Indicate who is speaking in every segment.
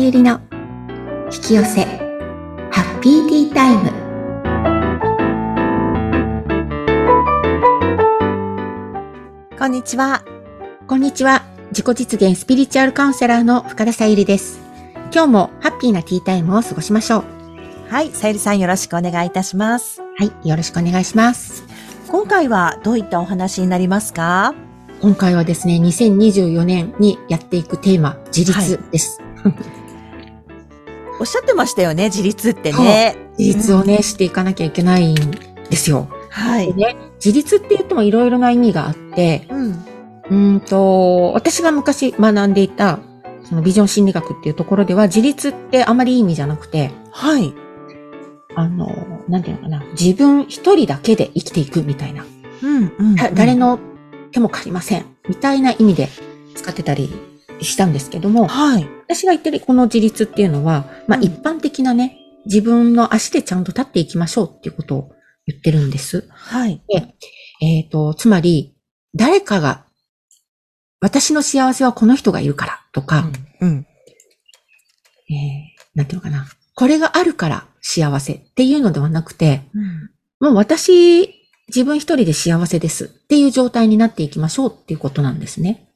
Speaker 1: ゆりの引き寄せハッピーティータイム
Speaker 2: こんにちは。
Speaker 1: こんにちは自己実現スピリチュアルカウンセラーの深田さゆりです今日もハッピーなティータイムを過ごしましょう
Speaker 2: はい、さゆりさんよろしくお願いいたします。
Speaker 1: はいよろしくお願いします
Speaker 2: 今回はどういったお話になりますか
Speaker 1: 今回はですね2024年にやっていくテーマ自立です、
Speaker 2: おっしゃってましたよね、自立ってね。
Speaker 1: 自立をね、していかなきゃいけないんですよ
Speaker 2: は
Speaker 1: で
Speaker 2: い。
Speaker 1: ね、自立って言ってもいろいろな意味があって、
Speaker 2: うん。
Speaker 1: うーんと、私が昔学んでいた、そのビジョン心理学っていうところでは、自立ってあまりいい意味じゃなくて、
Speaker 2: はい。
Speaker 1: あの、なんていうのかな、自分一人だけで生きていくみたいな、
Speaker 2: うん、うん
Speaker 1: だ誰。の手も借りません、みたいな意味で使ってたりしたんですけども、
Speaker 2: はい。
Speaker 1: 私が言ってるこの自立っていうのは、まあ
Speaker 2: うん
Speaker 1: 一般的なね、自分の足でちゃんと立っていきましょうっていうことを言ってるんです。
Speaker 2: はい。
Speaker 1: で、えっ、と、つまり、誰かが、私の幸せはこの人がいるからとか、
Speaker 2: うん。
Speaker 1: えーなんていうのかな。これがあるから幸せっていうのではなくて、
Speaker 2: うん。
Speaker 1: もう私、自分一人で幸せですっていう状態になっていきましょうっていうことなんですね。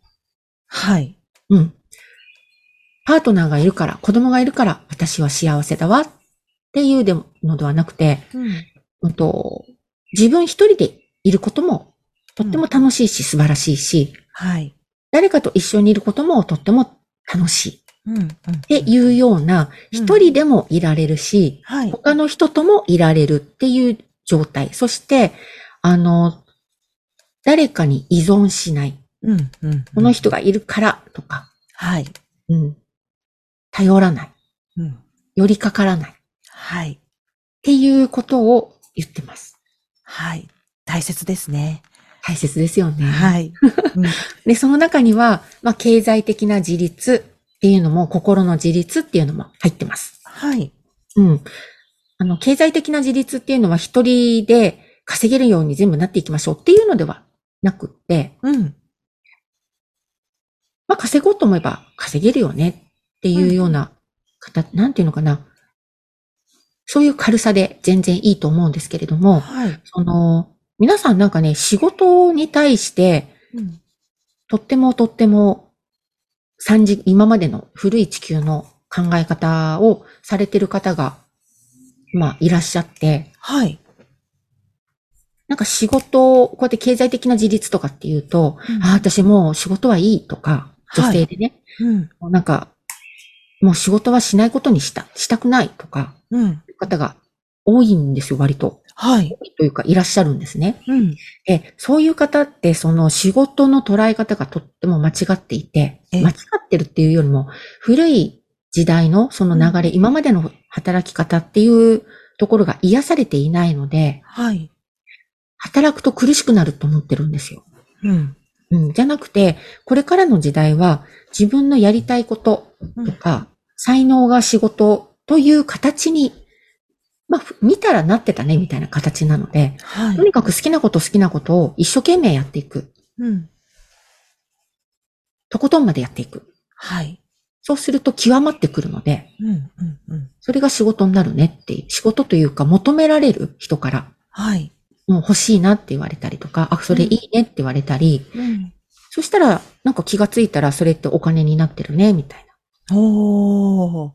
Speaker 2: はい。
Speaker 1: うん。パートナーがいるから、子供がいるから、私は幸せだわっていうでものではなくて、
Speaker 2: うん。
Speaker 1: うんと、自分一人でいることも、とっても楽しいし、素晴らしいし、
Speaker 2: はい。
Speaker 1: 誰かと一緒にいることもとっても楽しいっ
Speaker 2: うん。うん
Speaker 1: ていうような、
Speaker 2: うん
Speaker 1: 一人でもいられるし、
Speaker 2: はい。
Speaker 1: 他の人ともいられるっていう状態。そして、あの、誰かに依存しない。
Speaker 2: うん。うん。
Speaker 1: この人がいるからとか、
Speaker 2: はい。
Speaker 1: うん。頼らない。
Speaker 2: うん。
Speaker 1: 寄りかからない。っ
Speaker 2: はい。
Speaker 1: ていうことを言ってます。
Speaker 2: はい。大切ですね。
Speaker 1: 大切ですよね。
Speaker 2: はい。うん
Speaker 1: で、その中には、まあ、経済的な自立っていうのも、心の自立っていうのも入ってます。
Speaker 2: はい。
Speaker 1: うん。あの、経済的な自立っていうのは一人で稼げるように全部なっていきましょうっていうのではなくって、
Speaker 2: うん。
Speaker 1: まあ稼ごうと思えば稼げるよねっていうような方、なんていうのかな。そういう軽さで全然いいと思うんですけれども、
Speaker 2: はい。
Speaker 1: その、皆さんなんかね、仕事に対して、
Speaker 2: うん。
Speaker 1: とってもとっても、三次、今までの古い地球の考え方をされてる方が、まあ、いらっしゃって、
Speaker 2: はい。
Speaker 1: なんか仕事を、こうやって経済的な自立とかっていうと、
Speaker 2: うん
Speaker 1: ああ、私もう仕事はいいとか、
Speaker 2: はい
Speaker 1: 女性でね、
Speaker 2: うん。
Speaker 1: なんか、もう仕事はしないことにした、したくないとか、
Speaker 2: うん。
Speaker 1: いう方が多いんですよ、割と。
Speaker 2: はい。
Speaker 1: 多いというか、いらっしゃるんですね。
Speaker 2: うん。
Speaker 1: で、そういう方って、その仕事の捉え方がとっても間違っていて、
Speaker 2: ええ
Speaker 1: 間違ってるっていうよりも、古い時代のその流れ、今までの働き方っていうところが癒されていないので、
Speaker 2: はい。
Speaker 1: 働くと苦しくなると思ってるんですよ。
Speaker 2: うん。
Speaker 1: うん、じゃなくて、これからの時代は自分のやりたいこととか、才能が仕事という形に、まあ、ふ見たらなってたねみたいな形なので、
Speaker 2: はい
Speaker 1: と。にかく好きなこと好きなことを一生懸命やっていく。
Speaker 2: うん。
Speaker 1: とことんまでやっていく。
Speaker 2: はい。
Speaker 1: そうすると極まってくるので、
Speaker 2: うん。うん。うん。
Speaker 1: それが仕事になるねっていう、仕事というか求められる人から、
Speaker 2: はい。
Speaker 1: もう欲しいなって言われたりとか、あ、それいいねって言われたり、
Speaker 2: うん。
Speaker 1: そしたらなんか気がついたらそれってお金になってるねみたい
Speaker 2: おー。
Speaker 1: な。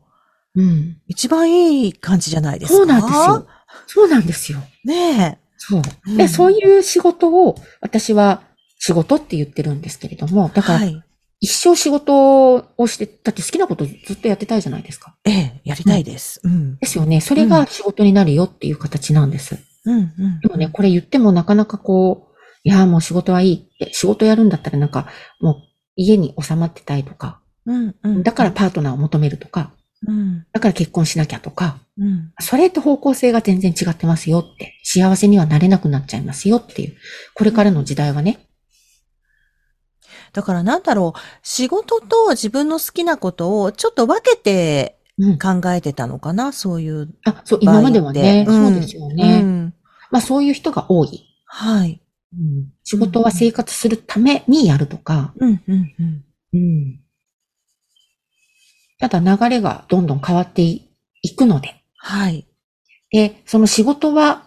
Speaker 1: うん。
Speaker 2: 一番いい感じじゃないですか。
Speaker 1: そうなんですよ。。そうなんですよ。
Speaker 2: ね
Speaker 1: そう。
Speaker 2: え。
Speaker 1: で、
Speaker 2: ん
Speaker 1: そういう仕事を、私は仕事って言ってるんですけれども、だか
Speaker 2: は
Speaker 1: ら、
Speaker 2: い。
Speaker 1: 一生仕事をして、だって好きなことずっとやってたいじゃないですか。
Speaker 2: ええ、やりたいです。うん。
Speaker 1: ですよね。それが仕事になるよっていう形なんです。
Speaker 2: うん。うん。
Speaker 1: でもね、これ言ってもなかなかこう、いやーもう仕事はいいって、仕事やるんだったらなんか、もう家に収まってたいとか、
Speaker 2: うん。うん。
Speaker 1: だから、パートナーを求めるとか、
Speaker 2: うん。
Speaker 1: だから結婚しなきゃとか、
Speaker 2: うん。
Speaker 1: それって方向性が全然違ってますよって、幸せにはなれなくなっちゃいますよっていう、これからの時代はね。
Speaker 2: だからなんだろう。仕事と自分の好きなことをちょっと分けて
Speaker 1: うん。
Speaker 2: 考えてたのかなそういう。
Speaker 1: あ、そう、今まではね、
Speaker 2: 場合っ
Speaker 1: そ
Speaker 2: て
Speaker 1: うですよね。
Speaker 2: うん。
Speaker 1: まあそういう人が多い。
Speaker 2: はい。
Speaker 1: うん、仕事は生活するためにやるとか、
Speaker 2: うん。うん。うん。
Speaker 1: うん。ただ流れがどんどん変わっていいくので。
Speaker 2: はい。
Speaker 1: で、その仕事は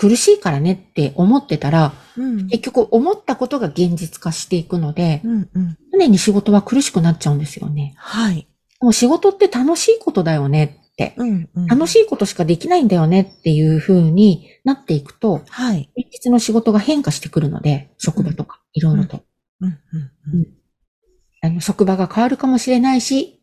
Speaker 1: 苦しいからねって思ってたら、
Speaker 2: うん。
Speaker 1: 結局思ったことが現実化していくので、
Speaker 2: うんうん。
Speaker 1: 常に仕事は苦しくなっちゃうんですよね。
Speaker 2: はい。
Speaker 1: もう仕事って楽しいことだよねって、
Speaker 2: うんうん。
Speaker 1: 楽しいことしかできないんだよねっていう風になっていくと、
Speaker 2: はい。
Speaker 1: 現実の仕事が変化してくるので、職場とかいろいろと。
Speaker 2: うんうんうん。
Speaker 1: あの、職場が変わるかもしれないし、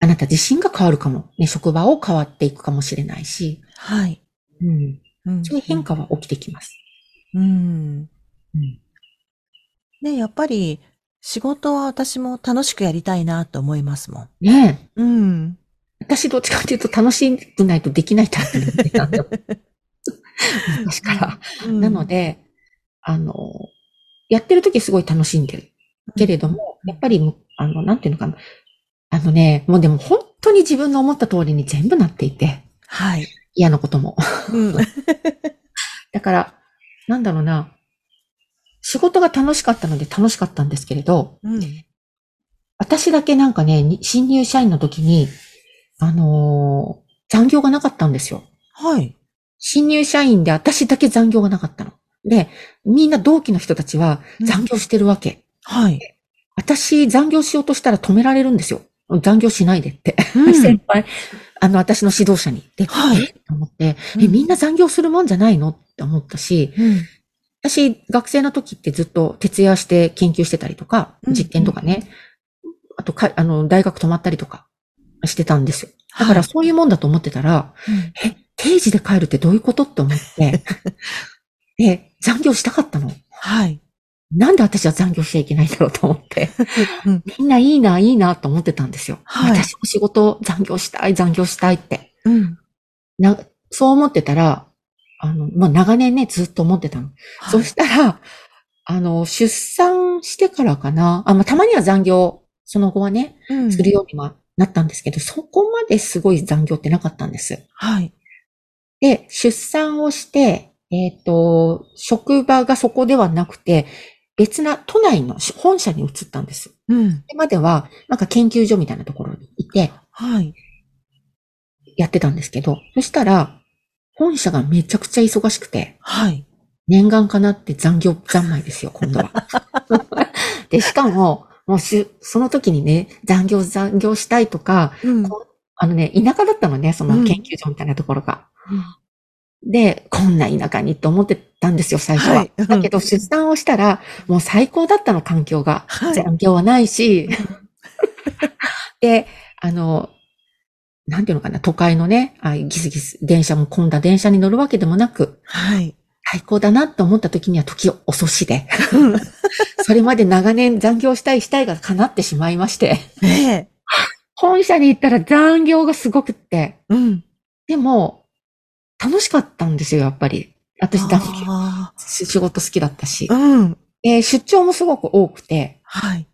Speaker 1: あなた自身が変わるかも。ね、職場を変わっていくかもしれないし、
Speaker 2: はい。
Speaker 1: うん。
Speaker 2: うん
Speaker 1: そういう変化は起きてきます。
Speaker 2: うん。
Speaker 1: うん。
Speaker 2: ね、やっぱり仕事は私も楽しくやりたいなと思いますもん。
Speaker 1: ねえ。
Speaker 2: うん。
Speaker 1: 私どっちかっていうと楽しくないとできないタイプの人なんだ よ。昔から。
Speaker 2: うん
Speaker 1: なの、で、あの、やってる時すごい楽しんでる。けれども、
Speaker 2: うん
Speaker 1: やっぱりむ、あの、なんていうのかな。あのね、もうでも本当に自分の思った通りに全部なっていて、
Speaker 2: はい。
Speaker 1: 嫌なことも。
Speaker 2: うん。
Speaker 1: だから、なんだろうな。仕事が楽しかったので楽しかったんですけれど、
Speaker 2: うん。
Speaker 1: 私だけなんかね、に新入社員の時に、あのー残業がなかったんですよ。
Speaker 2: はい。
Speaker 1: 新入社員で私だけ残業がなかったの。で、みんな同期の人たちは
Speaker 2: うん
Speaker 1: 残業してるわけ。
Speaker 2: はい。
Speaker 1: 私残業しようとしたら止められるんですよ。残業しないでって。
Speaker 2: うん
Speaker 1: 先輩、あの、私の指導者に。で、
Speaker 2: はい
Speaker 1: えと思って、
Speaker 2: うん
Speaker 1: え、みんな残業するもんじゃないのって思ったし、
Speaker 2: うん。
Speaker 1: 私、学生の時ってずっと徹夜して研究してたりとか、
Speaker 2: うん
Speaker 1: 実験とかね、あとか、あの、大学泊まったりとかしてたんですよ。だから
Speaker 2: は
Speaker 1: そういうもんだと思ってたら、
Speaker 2: い、うん
Speaker 1: え、定時で帰るってどういうことって思 って、で、残業したかったの。
Speaker 2: はい。
Speaker 1: なんで私は残業しちゃいけないんだろうと思って、
Speaker 2: うん
Speaker 1: みんないいな、いいなと思ってたんですよ。
Speaker 2: はい
Speaker 1: 私も仕事残業したい、残業したいって。
Speaker 2: うん。
Speaker 1: な、そう思ってたら、あの、まあ、長年ね、ずっと思ってたの。そ
Speaker 2: はい
Speaker 1: したら、あの、出産してからかな。あ、まあ、たまには残業、その後はね、
Speaker 2: うん
Speaker 1: するようにはなったんですけど、そこまですごい残業ってなかったんです。
Speaker 2: はい。
Speaker 1: で、出産をして、えっ、と、職場がそこではなくて、別な都内の本社に移ったんです。
Speaker 2: うん。
Speaker 1: それまでは、なんか研究所みたいなところにいて、
Speaker 2: はい。
Speaker 1: やってたんですけど、そしたら、本社がめちゃくちゃ忙しくて、
Speaker 2: はい。
Speaker 1: 念願かなって残業三昧ですよ、今度は。 で、しかも、もうし、その時にね、残業残業したいとか、
Speaker 2: うん。
Speaker 1: あのね、田舎だったのね、その
Speaker 2: うん
Speaker 1: 研究所みたいなところが。で、こんな田舎にって思ってたんですよ、最初は。
Speaker 2: はいうん
Speaker 1: だけど、出産をしたら、もう最高だったの、環境が。
Speaker 2: はい
Speaker 1: 残業はないし。で、あの、なんていうのかな、都会のね、あギスギス、電車も混んだ電車に乗るわけでもなく、
Speaker 2: はい。
Speaker 1: 最高だなと思った時には時を遅し で、それまで長年残業したいしたいが叶ってしまいまして、
Speaker 2: ねえ。
Speaker 1: 本社に行ったら残業がすごくって、
Speaker 2: うん。
Speaker 1: でも、楽しかったんですよ、やっぱり。私、残業
Speaker 2: あ
Speaker 1: し仕事好きだったし
Speaker 2: ー。うん。
Speaker 1: で、出張もすごく多くて、
Speaker 2: はい。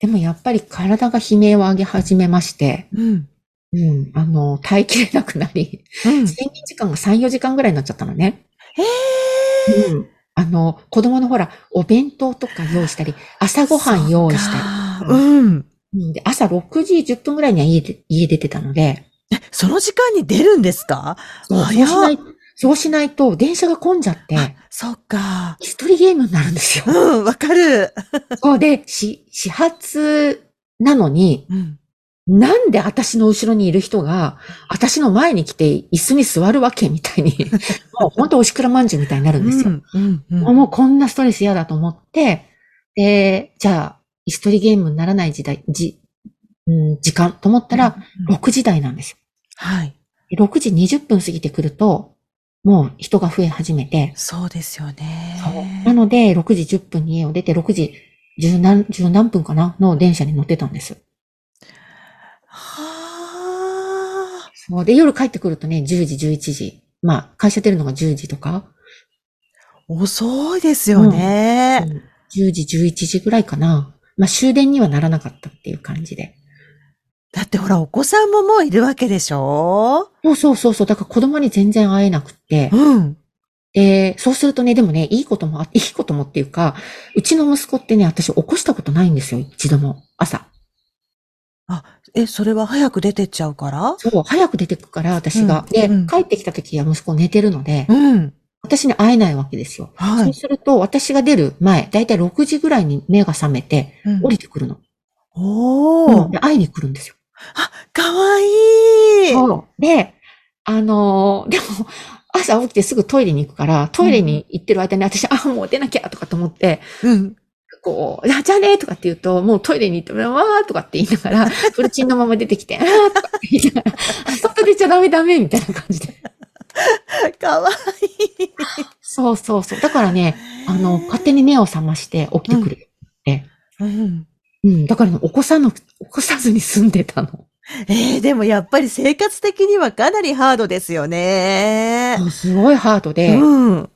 Speaker 1: でもやっぱり体が悲鳴を上げ始めまして、
Speaker 2: うん。
Speaker 1: うん、あの、耐えきれなくなり、
Speaker 2: うん。
Speaker 1: 睡眠時間が3、4時間ぐらいになっちゃったのね。
Speaker 2: え
Speaker 1: うん。あの、子供のほら、お弁当とか用意したり、朝ごはん用意したり
Speaker 2: たうん。
Speaker 1: うん。で、朝6時10分ぐらいには家で、家出てたので、
Speaker 2: その時間に出るんですか
Speaker 1: そうそう
Speaker 2: 早っ
Speaker 1: しない、そうしないと電車が混んじゃって、
Speaker 2: そっか。
Speaker 1: 一人ゲームになるんですよ。
Speaker 2: うん、わかる。
Speaker 1: そうで、し、始発なのに、
Speaker 2: うん。
Speaker 1: なんで私の後ろにいる人が、私の前に来て椅子に座るわけみ たいに、もう本当おしくらまんじゅうみたいになるんですよ。
Speaker 2: うん。うん。
Speaker 1: もうこんなストレス嫌だと思って、で、じゃあ、一人ゲームにならない時代、じ、うん、時間と思ったら、
Speaker 2: うん
Speaker 1: 6時台なんですよ。
Speaker 2: はい。
Speaker 1: で6時20分過ぎてくると、もう人が増え始めて、
Speaker 2: そうですよね。
Speaker 1: なので、6時10分に家を出て、6時十何、十何分かなの電車に乗ってたんです。
Speaker 2: はあ。
Speaker 1: そうで、夜帰ってくるとね、10時、11時。まあ、会社出るのが10時とか、
Speaker 2: 遅いですよね。
Speaker 1: うん10時、11時ぐらいかな。まあ、終電にはならなかったっていう感じで。
Speaker 2: だってほら、お子さんももういるわけでしょ
Speaker 1: そうそうそうそう。だから子供に全然会えなくって。
Speaker 2: うん。
Speaker 1: で、そうするとね、でもね、いいこともあ、いいこともっていうか、うちの息子ってね、私起こしたことないんですよ、一度も。朝。
Speaker 2: あ、え、それは早く出てっちゃうから
Speaker 1: そう、早く出てくから、私が。
Speaker 2: うんうん
Speaker 1: で、帰ってきた時は息子寝てるので、
Speaker 2: うん。
Speaker 1: 私に会えないわけですよ。
Speaker 2: は
Speaker 1: そう
Speaker 2: い。
Speaker 1: すると、私が出る前、だいたい6時ぐらいに目が覚めて、
Speaker 2: うん
Speaker 1: 降りてくるの。
Speaker 2: おー
Speaker 1: で、会いに来るんですよ。
Speaker 2: あ、かわいい
Speaker 1: そうで、あのーでも、 朝起きてすぐトイレに行くから、トイレに行ってる間に私、あ、もう出なきゃとかと思って、
Speaker 2: うん。
Speaker 1: こう、あじゃあねとかって言うと、もうトイレに行って、わーとかって言いなが ら、フルチンのまま出てきて、あーとかって言いながら、あ外出ちゃダメダメみたいな感じで。
Speaker 2: かわいい。
Speaker 1: そうそうそう。だからね、あの、勝手に目を覚まして起きてくる。
Speaker 2: うん。
Speaker 1: うん、だからね、起こさぬ、起こさずに済んでたの。
Speaker 2: えー、でもやっぱり生活的にはかなりハードですよね。
Speaker 1: そうすごいハードで、
Speaker 2: うん。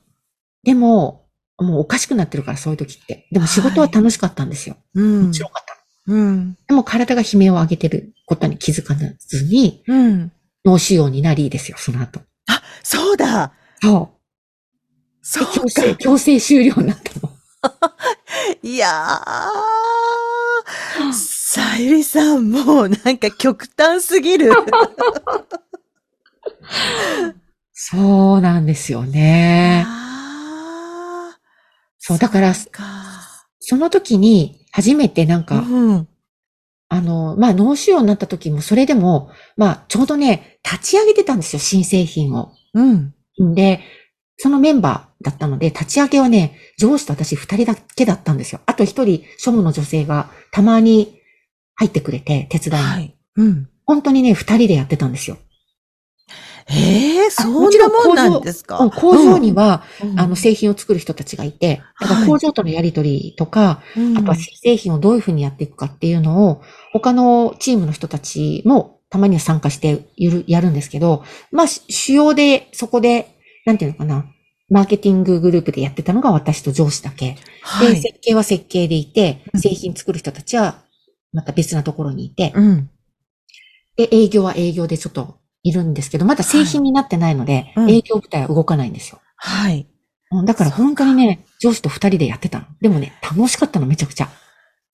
Speaker 1: でも、もうおかしくなってるから、そういう時って。でも仕事は楽しかったんですよ。
Speaker 2: うん
Speaker 1: 面。白かったの。
Speaker 2: うん。
Speaker 1: でも体が悲鳴を上げてることに気づかずに、
Speaker 2: うん。
Speaker 1: 脳腫瘍になりですよ、その後。
Speaker 2: そうだ
Speaker 1: そ。
Speaker 2: そう
Speaker 1: 強制、
Speaker 2: か。
Speaker 1: 強制終了になったの。
Speaker 2: いやー。さゆりさん、もうなんか極端すぎる。
Speaker 1: そうなんですよね。
Speaker 2: あー
Speaker 1: そう、だから、
Speaker 2: そっか。
Speaker 1: その時に、初めてなんか、
Speaker 2: うん。
Speaker 1: あの、まあ、脳腫瘍になった時も、それでも、まあ、ちょうどね、立ち上げてたんですよ、新製品を。
Speaker 2: うん。
Speaker 1: で、そのメンバーだったので、立ち上げはね、上司と私二人だけだったんですよ。あと一人、庶務の女性がたまに入ってくれて、手伝いに。
Speaker 2: はい。うん。
Speaker 1: 本当にね、二人でやってたんですよ。
Speaker 2: ええそ
Speaker 1: も
Speaker 2: ん
Speaker 1: ちろ
Speaker 2: なんもんなんですか
Speaker 1: うん工場に、は、
Speaker 2: うん
Speaker 1: あの、製品を作る人たちがいて、だか
Speaker 2: は
Speaker 1: ら
Speaker 2: い
Speaker 1: 工場とのやりとりとか、
Speaker 2: うん
Speaker 1: あとは新製品をどういうふうにやっていくかっていうのを、他のチームの人たちもたまには参加してゆるやるんですけど、まあ、し主要で、そこで、なんていうのかな、マーケティンググループでやってたのが私と上司だけ。
Speaker 2: は
Speaker 1: で、
Speaker 2: い。
Speaker 1: 設計は設計でいて
Speaker 2: う、ん
Speaker 1: 製品作る人たちはまた別なところにいて、
Speaker 2: うん。
Speaker 1: で、営業は営業でちょっといるんですけど、まだ製品になってないので、
Speaker 2: はいうん
Speaker 1: 営業部隊は動かないんですよ。
Speaker 2: はい。
Speaker 1: うんだから本当にね、上司と二人でやってたの。でもね、楽しかったのめちゃくちゃ。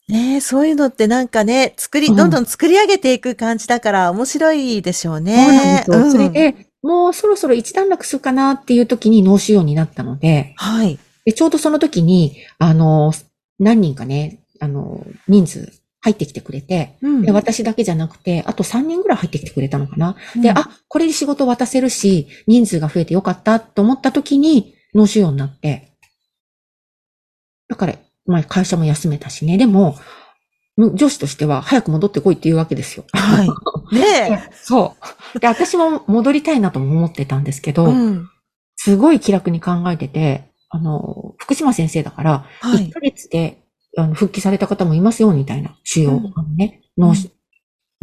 Speaker 2: ねえ、そういうのってなんかね、作り、
Speaker 1: うん
Speaker 2: どんどん作り上げていく感じだから面白いでしょうね。
Speaker 1: そうなんですよ。それ
Speaker 2: うん
Speaker 1: で、もうそろそろ一段落するかなっていう時に脳腫瘍になったので、
Speaker 2: はい。
Speaker 1: でちょうどその時に、あの、何人かね、あの、人数入ってきてくれて、
Speaker 2: うん
Speaker 1: で私だけじゃなくて、あと3人ぐらい入ってきてくれたのかな。
Speaker 2: うん
Speaker 1: で、あ、これで仕事渡せるし、人数が増えてよかったと思った時に脳腫瘍になって、だから、まあ会社も休めたしね、でも、む上司としては早く戻ってこいっていうわけですよ。
Speaker 2: はい。ね
Speaker 1: そう。で、私も戻りたいなとも思ってたんですけ
Speaker 2: え。
Speaker 1: ど、
Speaker 2: うん。
Speaker 1: すごい気楽に考えてて、あの、福島先生だから、
Speaker 2: は
Speaker 1: 1
Speaker 2: い。
Speaker 1: ヶ月であの復帰された方もいますよ、みたいな、腫瘍、
Speaker 2: うん
Speaker 1: あのね、脳
Speaker 2: うん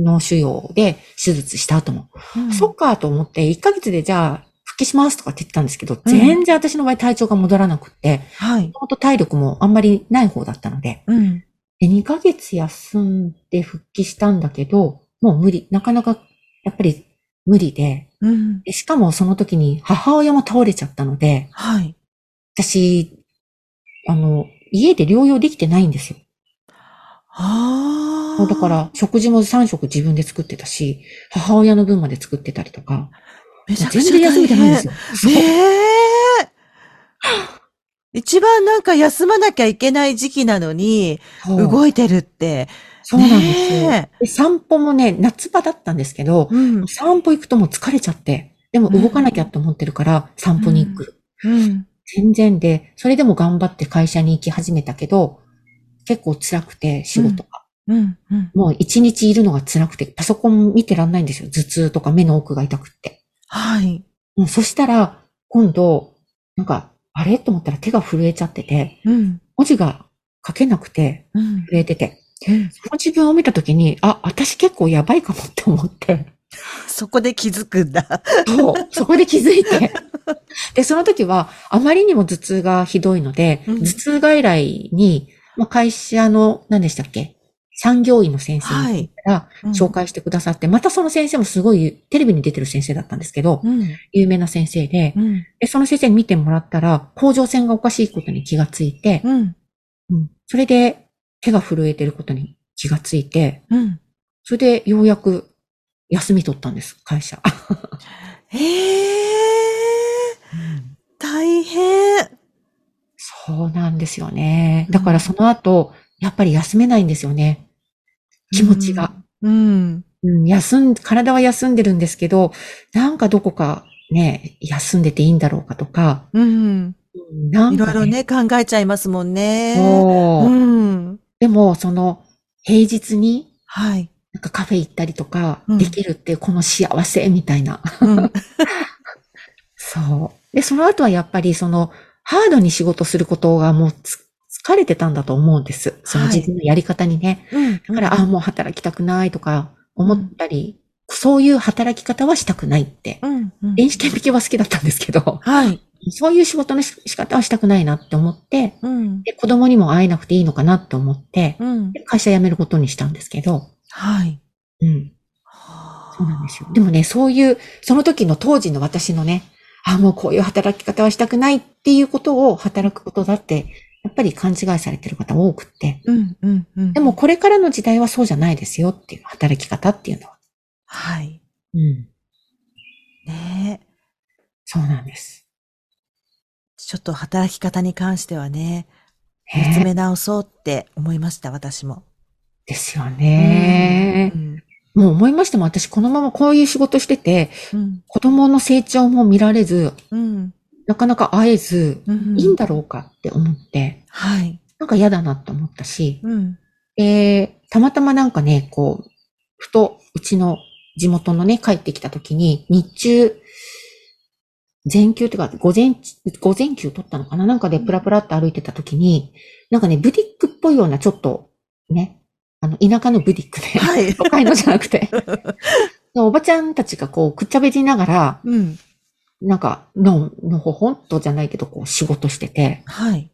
Speaker 1: 脳腫瘍で手術した後も。そっかと思って、1ヶ月でじゃあ、復帰しますとかって言ってたんですけど、
Speaker 2: うん
Speaker 1: 全然私の場合体調が戻らなくって、
Speaker 2: うん。はい。
Speaker 1: 本当体力もあんまりない方だったので、
Speaker 2: うん。
Speaker 1: で、2ヶ月休んで復帰したんだけど、もう無理、なかなか、やっぱり無理で、
Speaker 2: うん。
Speaker 1: でしかもその時に母親も倒れちゃったので、
Speaker 2: はい。
Speaker 1: 私、あの、家で療養できてないんですよ。
Speaker 2: あ
Speaker 1: もう
Speaker 2: あ。
Speaker 1: だか。ら、食事も3食自分で作ってたし、母親の分まで作ってたりとか、
Speaker 2: めちゃく
Speaker 1: 全
Speaker 2: ちゃ
Speaker 1: 然休め
Speaker 2: 大
Speaker 1: てないんで
Speaker 2: 変
Speaker 1: す。よ。そう
Speaker 2: ねえ。一番なんか休まなきゃいけない時期なのに、
Speaker 1: そう
Speaker 2: 動いてるって。
Speaker 1: そうなんですよ、
Speaker 2: ね
Speaker 1: で散歩もね、夏場だったんですけど、
Speaker 2: うん。
Speaker 1: 散歩行くともう疲れちゃって、でも動かなきゃと思ってるから、散歩に行く。
Speaker 2: うん。
Speaker 1: 全然で、それでも頑張って会社に行き始めたけど、結構辛くて仕事が。
Speaker 2: うん。うん。
Speaker 1: もう一日いるのが辛くて、パソコン見てらんないんですよ。頭痛とか目の奥が痛くって。
Speaker 2: はい。
Speaker 1: うんそしたら、今度、なんか、あれと思ったら手が震えちゃってて、
Speaker 2: うん。
Speaker 1: 文字が書けなくて、
Speaker 2: うん。
Speaker 1: 震えてて。
Speaker 2: うん
Speaker 1: その自分を見たときに、あ、私結構やばいかもって思って。
Speaker 2: そこで気づくんだ。
Speaker 1: そう、そこで気づい て。で、その時は、あまりにも頭痛がひどいので、
Speaker 2: うん
Speaker 1: 頭痛外来に、まあ、会社の、何でしたっけ産業医の先生
Speaker 2: はい。
Speaker 1: が
Speaker 2: うん
Speaker 1: 紹介してくださって、またその先生もすごいテレビに出てる先生だったんですけど、
Speaker 2: うん。
Speaker 1: 有名な先生で
Speaker 2: うん。
Speaker 1: で、その先生に見てもらったら、甲状腺がおかしいことに気がついて、
Speaker 2: うん。
Speaker 1: うんそれで手が震えてることに気がついて、
Speaker 2: うん。
Speaker 1: それでようやく休み取ったんです、会社。
Speaker 2: ええ大変。
Speaker 1: そうなんですよね。だからその後、やっぱり休めないんですよね。気持ちが。
Speaker 2: うん。
Speaker 1: うん、休ん、体は休んでるんですけど、なんかどこかね、休んでていいんだろうかとか、
Speaker 2: うん。
Speaker 1: うんないん
Speaker 2: ろいろ
Speaker 1: か、
Speaker 2: ね、考えちゃいますもんね。
Speaker 1: そうう。
Speaker 2: ん。
Speaker 1: でも、その、平日に、
Speaker 2: はい。
Speaker 1: なんかカフェ行ったりとか
Speaker 2: うん、
Speaker 1: できるっていうこの幸せみたいな。
Speaker 2: うん。
Speaker 1: そう。で、その後はやっぱりその、ハードに仕事することがもうつ疲れてたんだと思うんです。その
Speaker 2: はい
Speaker 1: 自分のやり方にね。
Speaker 2: うん
Speaker 1: だから、ああ、もう働きたくないとか思ったり、そういう働き方はしたくないって。
Speaker 2: うん。うん
Speaker 1: 電子顕微鏡は好きだったんですけど、
Speaker 2: はい。
Speaker 1: そういう仕事のし仕方はしたくないなって思って、
Speaker 2: うん。
Speaker 1: で、子供にも会えなくていいのかなって思って、
Speaker 2: うん。
Speaker 1: で会社辞めることにしたんですけど、
Speaker 2: はい。
Speaker 1: うん。そうなんですよ。でもね、そういう、その時の当時の私のね、あ、もうこういう働き方はしたくないっていうことを働くことだって、やっぱり勘違いされてる方多くって。
Speaker 2: うん。うん。うん。
Speaker 1: でも、これからの時代はそうじゃないですよっていう働き方っていうのは。
Speaker 2: はい。
Speaker 1: うん。
Speaker 2: ねえ
Speaker 1: そうなんです。
Speaker 2: ちょっと働き方に関してはね、見つ
Speaker 1: ね
Speaker 2: め直そうって思いました、私も。
Speaker 1: ですよね
Speaker 2: う。ん
Speaker 1: もう思いましてもん私このままこういう仕事してて、
Speaker 2: うん。
Speaker 1: 子供の成長も見られず、
Speaker 2: うん。
Speaker 1: なかなか会えず、
Speaker 2: うん
Speaker 1: いいんだろうかって思って、
Speaker 2: はい。
Speaker 1: なんか嫌だなって思ったし、
Speaker 2: うん。
Speaker 1: で、たまたまなんかね、こう、ふと、うちの地元のね、帰ってきた時に、日中、前休というか、午前、午前休取ったのかななんかでプラプラっと歩いてた時に、なんかね、ブティックっぽいような、ちょっと、ね、あの、田舎のブティックで、
Speaker 2: はい
Speaker 1: 都会のじゃなくて、おばちゃんたちがこう、くっちゃべりながら、
Speaker 2: うん。
Speaker 1: なんか、の、のほほんとじゃないけど、こう、仕事してて、
Speaker 2: はい。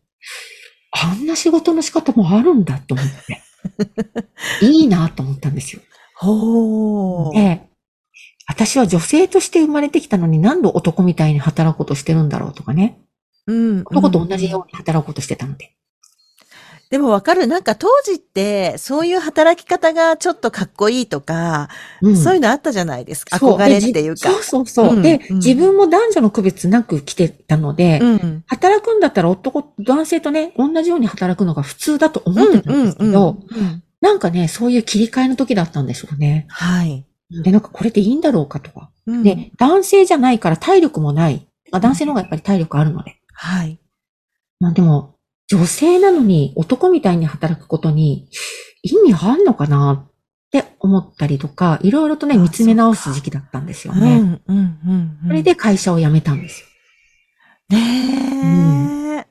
Speaker 1: あんな仕事の仕方もあるんだと思 って、いいなと思ったんですよ。
Speaker 2: ほー。
Speaker 1: で、私は女性として生まれてきたのに何度男みたいに働くことしてるんだろうとかね。
Speaker 2: うん。
Speaker 1: 男と同じように働くことしてたので。
Speaker 2: でもわかる。なんか当時って、そういう働き方がちょっとかっこいいとか、
Speaker 1: うん
Speaker 2: そういうのあったじゃないですか。
Speaker 1: そ
Speaker 2: 憧れっていうか
Speaker 1: で。じそうそうそう。
Speaker 2: うん
Speaker 1: で、
Speaker 2: うん
Speaker 1: 自分も男女の区別なく来てたので、
Speaker 2: うん。
Speaker 1: 働くんだったら男、男性とね、同じように働くのが普通だと思
Speaker 2: う
Speaker 1: っ
Speaker 2: ん
Speaker 1: てたんですけど、
Speaker 2: うん
Speaker 1: なんかね、そういう切り替えの時だったんでしょうね。
Speaker 2: はい。
Speaker 1: で、なんかこれでいいんだろうかとか。
Speaker 2: うん
Speaker 1: で、男性じゃないから体力もない。あ男性の方がやっぱり体力あるので。
Speaker 2: はい。
Speaker 1: まあでも、女性なのに男みたいに働くことに意味あんのかなって思ったりとか、いろいろとね、
Speaker 2: あ
Speaker 1: 見つめ直す時期だったんです
Speaker 2: う
Speaker 1: よ
Speaker 2: ん、
Speaker 1: ね。
Speaker 2: うん、うん。うん
Speaker 1: それで、会社を辞めたんですよ。
Speaker 2: ねえ。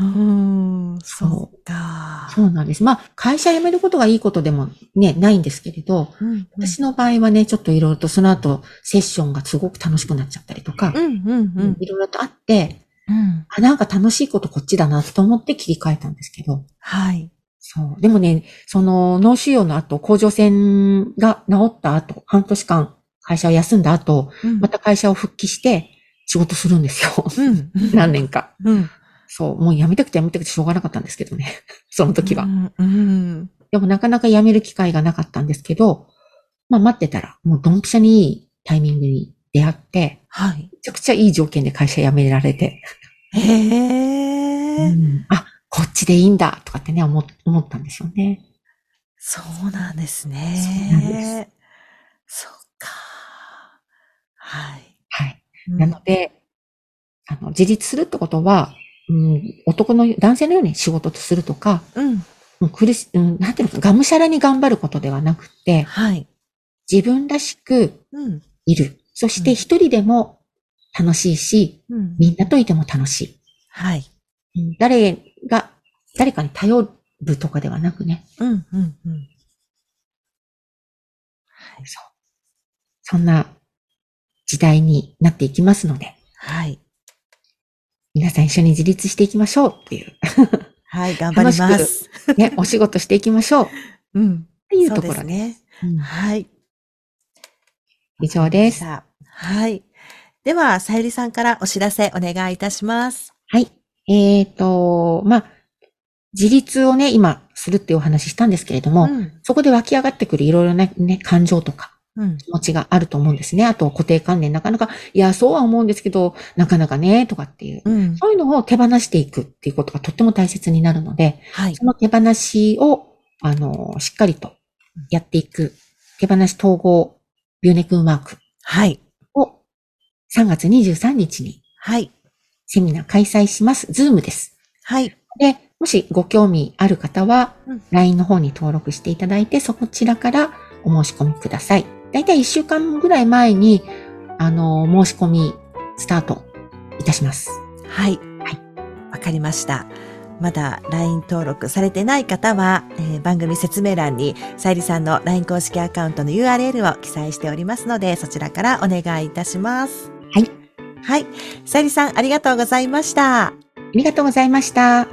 Speaker 2: うん、
Speaker 1: そ
Speaker 2: そうか。
Speaker 1: そうなんです。まあ、会社辞めることがいいことでもね、ないんですけれど、
Speaker 2: うんうん
Speaker 1: 私の場合はね、ちょっといろいろとその後、セッションがすごく楽しくなっちゃったりとか
Speaker 2: う、ん、うん、うん。
Speaker 1: いろいろとあって、
Speaker 2: うん
Speaker 1: あ、なんか楽しいことこっちだなと思って切り替えたんですけど、
Speaker 2: はい。
Speaker 1: そう。でもね、その脳腫瘍の後、甲状腺が治った後、半年間会社を休んだ後、
Speaker 2: うん
Speaker 1: また会社を復帰して仕事するんですよ。
Speaker 2: うん。
Speaker 1: 何年か。
Speaker 2: うん。
Speaker 1: そう。もう辞めたくて辞めたくてしょうがなかったんですけどね。 その時は。
Speaker 2: うんうん。
Speaker 1: でもなかなか辞める機会がなかったんですけど、まあ待ってたら、もうドンピシャにいいタイミングに出会って、
Speaker 2: はい。
Speaker 1: めちゃくちゃいい条件で会社辞められて、
Speaker 2: へえ。
Speaker 1: うんあ、こっちでいいんだとかってね、思っ思ったんですよね。
Speaker 2: そうなんです
Speaker 1: そうなん
Speaker 2: ね。そっか。はい。
Speaker 1: はい。
Speaker 2: うん
Speaker 1: なので、あの、自立するってことは、うん、男の、男性のように仕事とするとか、
Speaker 2: うん。
Speaker 1: もう苦し、うん、なんていうのか、がむしゃらに頑張ることではなくて、
Speaker 2: はい。
Speaker 1: 自分らしく
Speaker 2: うん。
Speaker 1: いる。そし
Speaker 2: う
Speaker 1: て
Speaker 2: ん
Speaker 1: 一人でも楽しいし、
Speaker 2: うん
Speaker 1: みんなといても楽し
Speaker 2: はい。
Speaker 1: い。うん誰が、誰かに頼るとかではなくね、
Speaker 2: うん。うん。うん。はい。
Speaker 1: そんな時代になっていきますので、
Speaker 2: はい。
Speaker 1: 皆さん一緒に自立していきましょうっていう、
Speaker 2: はい。頑張りま
Speaker 1: 楽
Speaker 2: す。
Speaker 1: ね、 お仕事していきましょうっ
Speaker 2: うん。
Speaker 1: ていう
Speaker 2: そう
Speaker 1: と
Speaker 2: で
Speaker 1: ころ
Speaker 2: す
Speaker 1: で
Speaker 2: ね。
Speaker 1: うん
Speaker 2: はい。
Speaker 1: 以上です。
Speaker 2: さあはい。では、さゆりさんからお知らせお願いいたします。
Speaker 1: はい。えっ、と、まあ、自立をね、今するっていうお話ししたんですけれども、
Speaker 2: うん
Speaker 1: そこで湧き上がってくるいろいろなね、感情とか、
Speaker 2: うん
Speaker 1: 気持ちがあると思うんですね。あと固定観念、なかなか、いや、そうは思うんですけど、なかなかね、とかっていう。
Speaker 2: うん。
Speaker 1: そういうのを手放していくっていうことがとっても大切になるので、
Speaker 2: はい
Speaker 1: そ。の手放しを、あの、しっかりとやっていく。手放し統合ビューネクンワーク
Speaker 2: はい。
Speaker 1: を3月23日に
Speaker 2: はい。
Speaker 1: セミナー開催します。ズームです。
Speaker 2: はい。
Speaker 1: で、もしご興味ある方は
Speaker 2: うん、
Speaker 1: LINE の方に登録していただいて、そちらからお申し込みください。だいたい1週間ぐらい前に、あの、申し込みスタートいたします。
Speaker 2: はい。わかりました。まだ LINE 登録されてない方は、えー番組説明欄にさゆりさんの LINE 公式アカウントの URL を記載しておりますので、そちらからお願いいたします。
Speaker 1: はい。
Speaker 2: はい。さゆりさん、ありがとうございました。
Speaker 1: ありがとうございました。